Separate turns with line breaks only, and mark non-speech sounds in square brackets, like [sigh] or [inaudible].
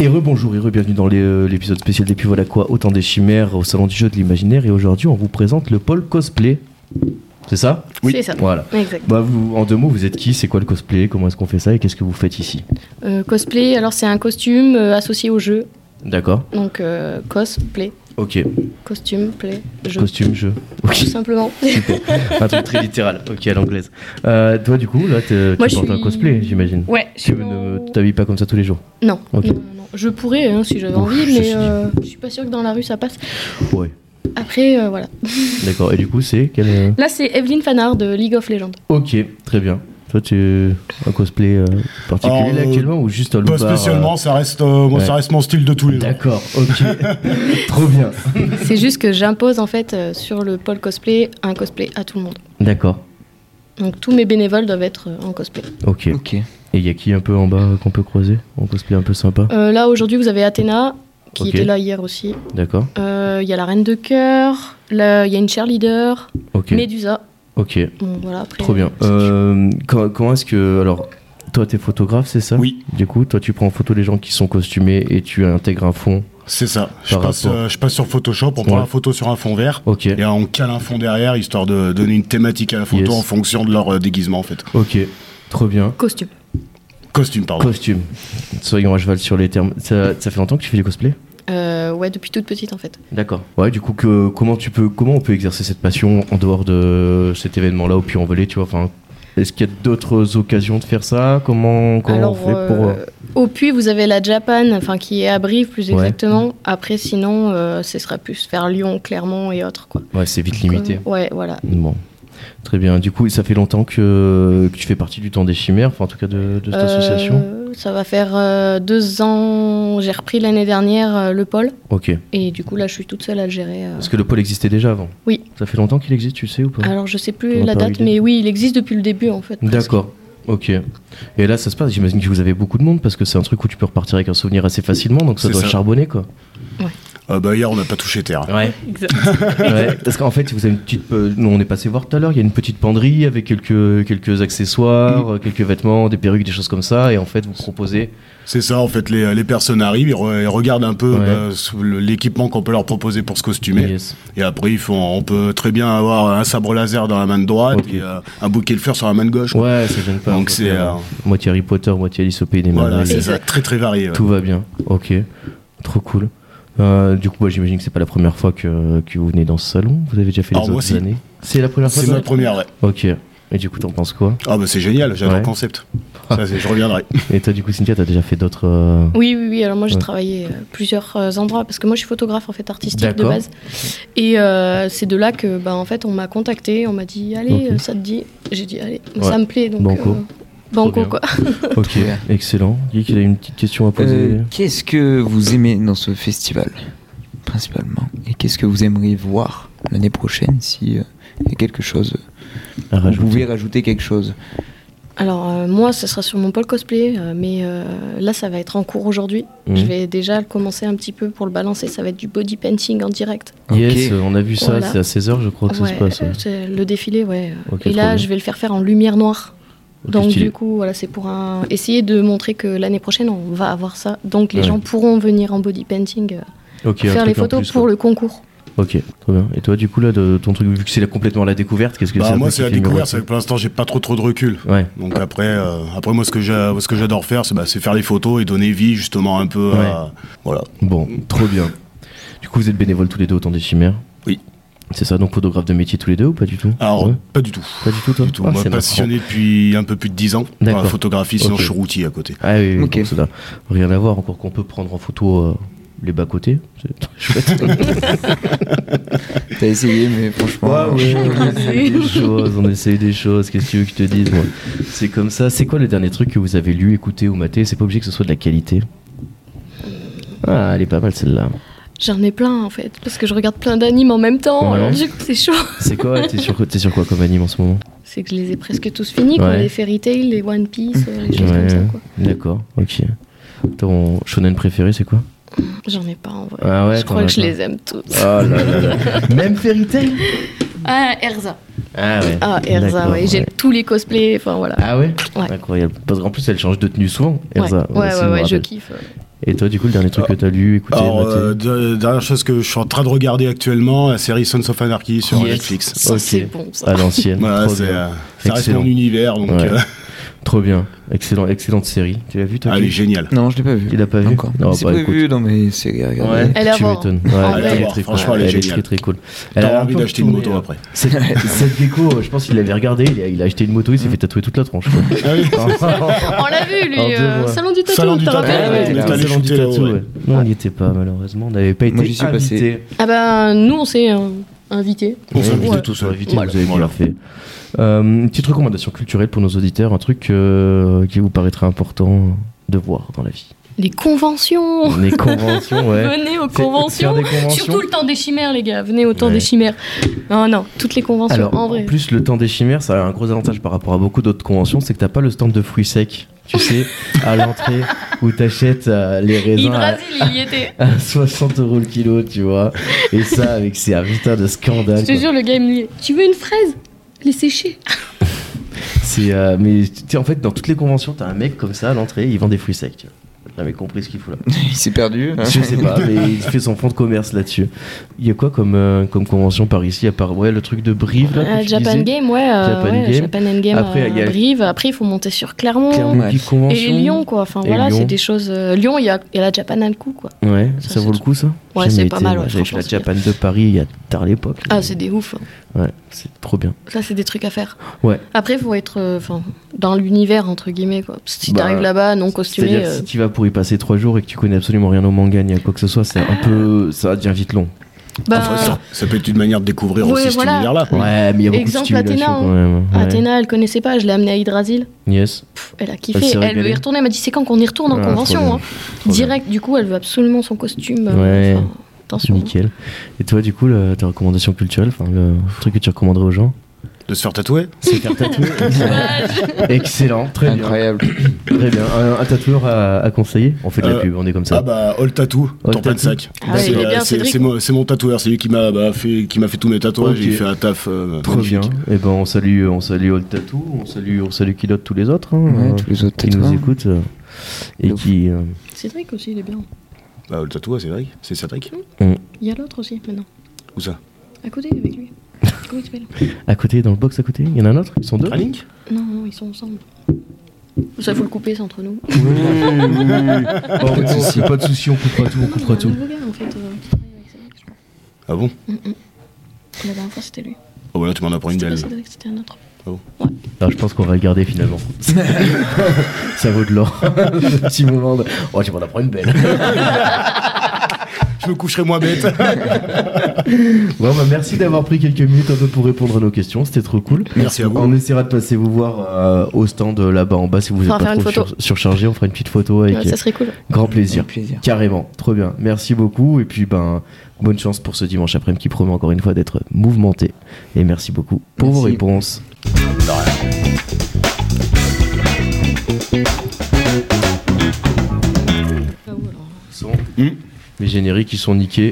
Heureux, bonjour Heureux, bienvenue dans les, euh, l'épisode spécial des Puis voilà quoi, autant des chimères au salon du jeu de l'imaginaire et aujourd'hui on vous présente le pôle cosplay. C'est ça
Oui.
C'est ça.
Voilà.
Exact.
Bah vous, en deux mots, vous êtes qui C'est quoi le cosplay Comment est-ce qu'on fait ça et qu'est-ce que vous faites ici
Euh, cosplay, alors c'est un costume euh, associé au jeu.
D'accord.
Donc euh, cosplay,
Ok.
costume, play, jeu.
Costume, jeu. [laughs]
Tout
Ok.
simplement.
Un truc très littéral. Ok, à l'anglaise. Euh, toi du coup, là, t'es- tu
Moi, je
portes un
suis-
cosplay, j'imagine.
[laughs] Ouais, euh, je
Tu
suis
ne
en-
t'habilles pas comme ça tous les jours.
non.
Ok.
non, non, non. Je pourrais hein, si j'avais
Ouf,
envie,
ceci dit.
mais euh, je suis pas sûre que dans la rue ça passe.
Ouais.
Après, euh, voilà.
D'accord. Et du coup, c'est quel euh,
Là, c'est Evelyne Fanard de League of Legends.
Ok, très bien. Toi, tu as un cosplay euh, particulier
Alors,
là,
euh,
actuellement ou juste un
Pas
loupard, euh,
spécialement, ça reste, euh, moi,
ouais.
ça reste mon style de tous les jours.
D'accord, ok. Trop bien.
c'est juste que j'impose en fait euh, sur le pôle cosplay un cosplay à tout le monde.
D'accord,
Donc tous mes bénévoles doivent être euh, en cosplay.
ok. Et
Ok.
il y a qui un peu en bas euh, qu'on peut croiser En cosplay un peu sympa
Euh, là aujourd'hui, vous avez Athéna qui
Ok.
était là hier aussi.
D'accord,
Euh, Il y a la reine de cœur. Là, il y a une cheerleader.
ok.
Medusa.
Ok,
Bon, voilà, après,
trop bien.
c'est-
Euh, quand- comment est-ce que. Alors, toi, t'es photographe, c'est ça
Oui,
Du coup, toi, tu prends en photo les gens qui sont costumés et tu intègres un fond.
c'est ça. Je
Par
passe,
rapport-
euh, je passe sur Photoshop, on prend
Ouais.
la photo sur un fond vert.
Ok,
Et on cale un fond derrière, histoire de donner une thématique à la photo
Yes.
en fonction de leur euh, déguisement, en fait.
ok, trop bien.
Costume.
Costume, pardon.
Costume. Soyons à cheval sur les termes. Ça, ça fait longtemps que tu fais du cosplay
Euh, ouais, depuis toute petite en fait.
D'accord. Ouais, du coup, que, comment tu peux, comment on peut exercer cette passion en dehors de cet événement-là au Puy-en-Velay, tu vois Enfin, est-ce qu'il y a d'autres occasions de faire ça Comment, comment on fait
euh,
pour
au puits, vous avez la Japan, enfin qui est à Brive plus
Ouais.
exactement. Après, sinon, euh, ce sera plus vers Lyon, Clermont et autres quoi.
euh, Ouais, c'est vite limité.
Comme- Ouais, voilà.
Bon, très bien. Du coup, ça fait longtemps que, que tu fais partie du temps des chimères, enfin en tout cas de, de cette
Euh,
association.
Ça va faire euh, deux ans. J'ai repris l'année dernière euh, le pôle
Ok.
et du coup là, je suis toute seule à le gérer. euh.
Parce que le pôle existait déjà avant.
Oui.
Ça fait longtemps qu'il existe, tu sais ou pas
Alors, je sais plus
On a
la
pas
date,
eu
mais oui, il existe depuis le début en fait. presque.
D'accord. Ok. Et là, ça se passe. J'imagine que vous avez beaucoup de monde parce que c'est un truc où tu peux repartir avec un souvenir assez facilement, donc ça
C'est
doit
ça.
charbonner quoi.
Euh, bah, hier, on n'a pas touché terre.
Ouais. Ouais, parce qu'en fait, vous avez une petite. euh, Nous, on est passé voir tout à l'heure. Il y a une petite penderie avec quelques quelques accessoires,
Mm.
euh, quelques vêtements, des perruques, des choses comme ça. Et en fait, vous proposez.
C'est ça, en fait, les, les personnes arrivent, ils, re- ils regardent un peu
Ouais.
bah, sous le- l'équipement qu'on peut leur proposer pour se costumer.
Yes.
Et après, ils font, on peut très bien avoir un sabre laser dans la main de droite
Ok.
et euh, un bouquet de fleurs sur la main de gauche.
Ouais, ça gêne pas.
Donc,
Moitié-
c'est, euh,
moitié Harry Potter, moitié Alice au pays des
Voilà,
merveilles.
c'est ça, très très varié. ouais.
Tout va bien. Ok. Trop cool. Euh, du coup, ouais, j'imagine que c'est pas la première fois que, que vous venez dans ce salon. Vous avez déjà fait les
Alors,
autres
moi, si.
années. C'est la première fois.
C'est
toi
ma première, ouais.
Ok. Et du coup, t'en penses quoi
Ah bah c'est génial, j'adore
Ouais.
le concept. Ça, c'est- je reviendrai.
Et toi, du coup, Cynthia, t'as déjà fait d'autres.
[laughs]
euh,
Oui, oui, oui. Alors moi, j'ai
Ouais.
travaillé euh, plusieurs euh, endroits parce que moi, je suis photographe en fait artistique de
D'accord.
base. Et euh, c'est de là que, bah, en fait, on m'a contacté, on m'a dit, allez,
Ok.
euh, ça te dit. J'ai dit, allez,
Ouais.
ça me plaît. Donc,
Banco.
euh, banco
bien.
quoi.
Ok.
bien.
Excellent. Guy, il a une petite question à poser.
Euh, qu'est-ce que vous aimez dans ce festival, principalement Et qu'est-ce que vous aimeriez voir l'année prochaine si euh, il y a quelque chose
à
Vous
rajouter.
pouvez rajouter quelque chose.
Alors euh, moi, ça sera sur mon pôle cosplay, euh, mais euh, là, ça va être en cours aujourd'hui.
Mhm.
Je vais déjà le commencer un petit peu pour le balancer. Ça va être du body painting en direct.
Yes,
Ok.
euh, on a vu ça,
Voilà.
c'est à 16h je crois que ça
Ouais,
se passe. ouais.
euh, c'est le défilé, ouais.
Ok,
Et
trop
là,
bien.
je vais le faire faire en lumière noire.
Ok,
Donc
stylé.
du coup, voilà, c'est pour un... essayer de montrer que l'année prochaine, on va avoir ça. Donc les
Ouais.
gens pourront venir en body painting, euh,
Ok, un
faire les
truc en
photos
plus,
pour
quoi.
le concours.
Ok, trop bien. Et toi du coup là, de, ton truc, vu que c'est là complètement la découverte, qu'est-ce que c'est
Bah,
un
moi
peu qui
c'est la
fait miroiter
découverte, c'est que pour l'instant j'ai pas trop trop de recul.
Ouais,
Donc après, euh, après moi ce que j'a- ce que j'adore faire, c'est bah, c'est faire les photos et donner vie justement un peu.
Ouais.
à- voilà.
bon, trop bien. Du coup vous êtes bénévoles tous les deux au temps des chimères
Oui.
C'est ça, donc photographe de métier tous les deux ou pas du tout
Alors
Ouais,
pas du tout.
Pas du tout toi
Du tout.
Ah,
moi
c'est marrant.
passionné depuis un peu plus de 10 ans par la
D'accord.
photographie, sinon
Ok.
je suis routier à côté.
Ah oui, oui,
Ok.
donc ça n'a rien à voir, encore qu'on peut prendre en photo euh, les bas-côtés. C'est chouette.
[laughs] T'as essayé, mais franchement.
on essaye des choses, on essaye des choses. Qu'est-ce que tu veux que je te dise, moi C'est comme ça. C'est quoi le dernier truc que vous avez lu, écouté ou maté C'est pas obligé que ce soit de la qualité. Ah, elle est pas mal celle-là.
J'en ai plein en fait, parce que je regarde plein d'animes en même temps,
Ouais.
alors du coup c'est chaud.
C'est quoi T'es sur, t'es sur quoi comme anime en ce moment
C'est que je les ai presque tous finis, quoi.
Ouais.
les Fairy Tail, les One Piece, euh, les choses
Ouais,
comme ça quoi.
D'accord, ok. Ton shonen préféré, c'est quoi
J'en ai pas en vrai.
Ah ouais,
je
t'en
crois
as
que je
pas.
les aime tous.
Ah là là là. Même Fairy Tail
Ah, Erza.
Ah ouais.
Ah, Erza,
D'accord,
ouais. J'ai tous les cosplays, enfin voilà.
Ah ouais,
Ouais.
Incroyable. Parce qu'en plus, elle change de tenue souvent,
Ouais,
Erza.
ouais, ouais,
Aussi, je me
ouais, je
rappelle.
kiffe. euh.
Et toi, du coup, le dernier truc que t'as lu, écouté,
Alors,
maté
euh, de- dernière chose que je suis en train de regarder actuellement, la série Sons of Anarchy sur
Yes.
Netflix.
Ça,
ok.
c'est bon, ça.
À l'ancienne.
Voilà,
trop,
c'est,
bien.
euh, ça reste
Excellent.
mon univers, donc
Ouais.
euh,
trop bien. Excellent, excellente série. Tu l'as vu, toi
elle est
Jules
géniale.
Non, je l'ai pas vu.
Tu l'as pas vu
Encore.
Non,
c'est
bah,
prévu dans mes séries à regarder.
Ouais,
Elle est à
tu
voir.
m'étonnes.
En
Ouais,
vrai.
elle
Ah, Elle
est
est à
très
voir.
cool.
Franchement, elle est géniale.
très très cool. Elle a
T'auras
un
envie
peu
d'acheter une
tourné,
moto
euh,
après.
[laughs] Cette cette gecko, je pense qu'il l'avait regardé, il a, il a acheté une moto, il
Mm.
s'est fait tatouer toute la tronche.
Ah
quoi. [laughs]
On l'a vu, lui,
En deux
euh,
mois.
Salon du tatou,
Salon du
t'as
tatou,
ouais,
rappelé
ouais,
on est
ouais.
allé
Salon du
shooter là-haut,
tatou,
ouais.
ouais. Non, on n'y était pas malheureusement, on n'avait pas été
Moi, j'y suis passé.
invité.
Ah bah, nous, on s'est euh, invités.
On s'est
Ouais,
invité
ouais.
tout seul.
Invité,
Voilà.
vous avez bien
Voilà.
fait. Euh, une petite recommandation culturelle pour nos auditeurs, un truc euh, qui vous paraîtra important de voir dans la vie.
Les conventions
Les
[laughs]
conventions, ouais.
Venez aux
C'est- faire
conventions
des conventions.
Surtout le temps des chimères, les gars, venez au temps
Ouais.
des chimères. Non, non, toutes les conventions,
Alors,
en vrai.
plus, le temps des chimères, ça a un gros avantage par rapport à beaucoup d'autres conventions, c'est que t'as pas le stand de fruits secs, tu sais, à
[laughs]
l'entrée où t'achètes euh, les raisins à,
Hydrasil, il y était.
à 60 euros le kilo, tu vois. Et ça, avec ces un putain de
Je
scandale.
te
quoi.
jure, le gars, il me dit Tu veux une fraise Les sécher.
C'est, euh, mais tu sais, en fait, dans toutes les conventions, t'as un mec comme ça à l'entrée, il vend des fruits secs, tu vois. J'ai Jamais compris ce qu'il fout là.
[laughs]
[laughs]
Il s'est perdu. hein.
Je sais pas, mais il fait son fonds de commerce là-dessus. Il y a quoi comme, euh, comme convention par ici, à part ouais, le truc de Brive là, que
Euh,
tu
Japan
disais
Game, ouais. euh,
Japan
ouais,
Game.
Japan Endgame
Après,
à
il y a-
Brive. Après, il faut monter sur Clermont.
Clermont,
Ouais.
Guy
Et
Convention.
Lyon, quoi. Enfin,
Et
voilà,
Lyon.
c'est des choses. euh, Lyon, il y a, il y a la Japan Anku, quoi.
Ouais,
Ça,
ça,
c'est
vaut le
tout.
coup ça
Ouais,
J'ai
c'est
jamais
pas
été,
mal,
moi.
ouais,
J'avais fait la
franchement,
Japan de Paris il y a tard l'époque.
Ah, c'est des ouf. hein.
Ouais, c'est trop bien.
Ça, c'est des trucs à faire.
Ouais.
Après, faut être euh, enfin, dans l'univers, entre guillemets, quoi. Parce que si
Bah,
t'arrives là-bas, non costumé.
C'est-à-dire,
euh,
si tu vas pour y passer trois jours et que tu connais absolument rien au manga ni à quoi que ce soit, c'est un peu. Ça devient vite long.
bah,
Enfin, ça, ça peut être une manière de découvrir
Ouais,
aussi cet
voilà.
univers-là.
Ouais, mais il y a beaucoup
Exemple,
de stimulation
Athéna, hein.
quand même. Ouais.
Athéna, elle connaissait pas, je l'ai amenée à Hydrasil.
Yes.
Pff, elle a
Elle
kiffé.
s'est
Elle veut y
régalée.
retourner. Elle m'a dit c'est quand qu'on y retourne en
Ah,
convention
trop
hein.
bien.
Direct, du coup, elle veut absolument son costume. euh,
Ouais.
enfin, attention.
Nickel. Et toi, du coup, le- ta recommandation culturelle, enfin, le truc que tu recommanderais aux gens
De se faire tatouer
C'est faire
[laughs]
tatouer. Excellent, très bien.
Incroyable.
Très bien. Un, un tatoueur à, à conseiller On fait de la
Euh,
pub, on est comme ça.
Ah bah, All Tattoo,
All
t'en plein de
Tattoo.
sac.
Ah ouais,
C'est,
il est
euh,
bien,
c'est-
Cédric.
c'est mon, c'est mon tatoueur, c'est lui qui m'a, bah, fait, qui m'a fait tous mes tatouages,
Ok.
il fait un taf. euh,
Trop
magnifique.
bien. Et ben on salue, on salue Old Tattoo, on salue, on salue qui d'autre tous les autres hein,
Ouais,
euh,
tous les autres
qui nous
tatouages.
écoutent euh, et
De ouf.
qui. euh,
hein. Cédric aussi, il est bien.
Bah, All Tattoo, c'est Cédric. C'est Cédric
Il y a l'autre aussi maintenant.
Où ça
À côté avec
[laughs]
lui. Comment il s'appelle
à côté, dans le box à côté, il y en a un autre. Ils sont deux.
Tralink
Non, non, ils sont ensemble. Ça, faut le couper, c'est entre nous.
pas, de soucis, [laughs] pas de soucis, on coupera tout, on
Non, il y a
coupera
un
tout.
nouveau gars en fait. euh, qui travaille avec Cédric, je crois.
Ah bon
La dernière fois, c'était lui.
Oh, voilà, tu m'en apprends une
C'était pas
belle.
Cédric, c'était un autre.
Non, Ah, je pense qu'on va le garder finalement. [laughs] Ça vaut de [laughs] l'or. Ce petit moment de. Oh, tu vas en prendre une belle.
Je me coucherai moins bête.
[laughs] Bon, bah, merci d'avoir pris quelques minutes un peu pour répondre à nos questions, c'était trop cool.
Merci à vous.
On essaiera de passer vous voir euh, au stand euh, là-bas en bas si vous
On
n'êtes
va
pas
faire une
trop
photo.
sur- surchargé. On fera une petite photo avec
Ouais,
euh,
ça serait cool.
grand plaisir.
Avec plaisir.
Carrément, trop bien. Merci beaucoup et puis ben bonne chance pour ce dimanche après-midi qui promet encore une fois d'être mouvementé. Et merci beaucoup pour vos
Merci.
réponses.
Ah ouais, alors.
Ah, Les génériques ils sont niqués.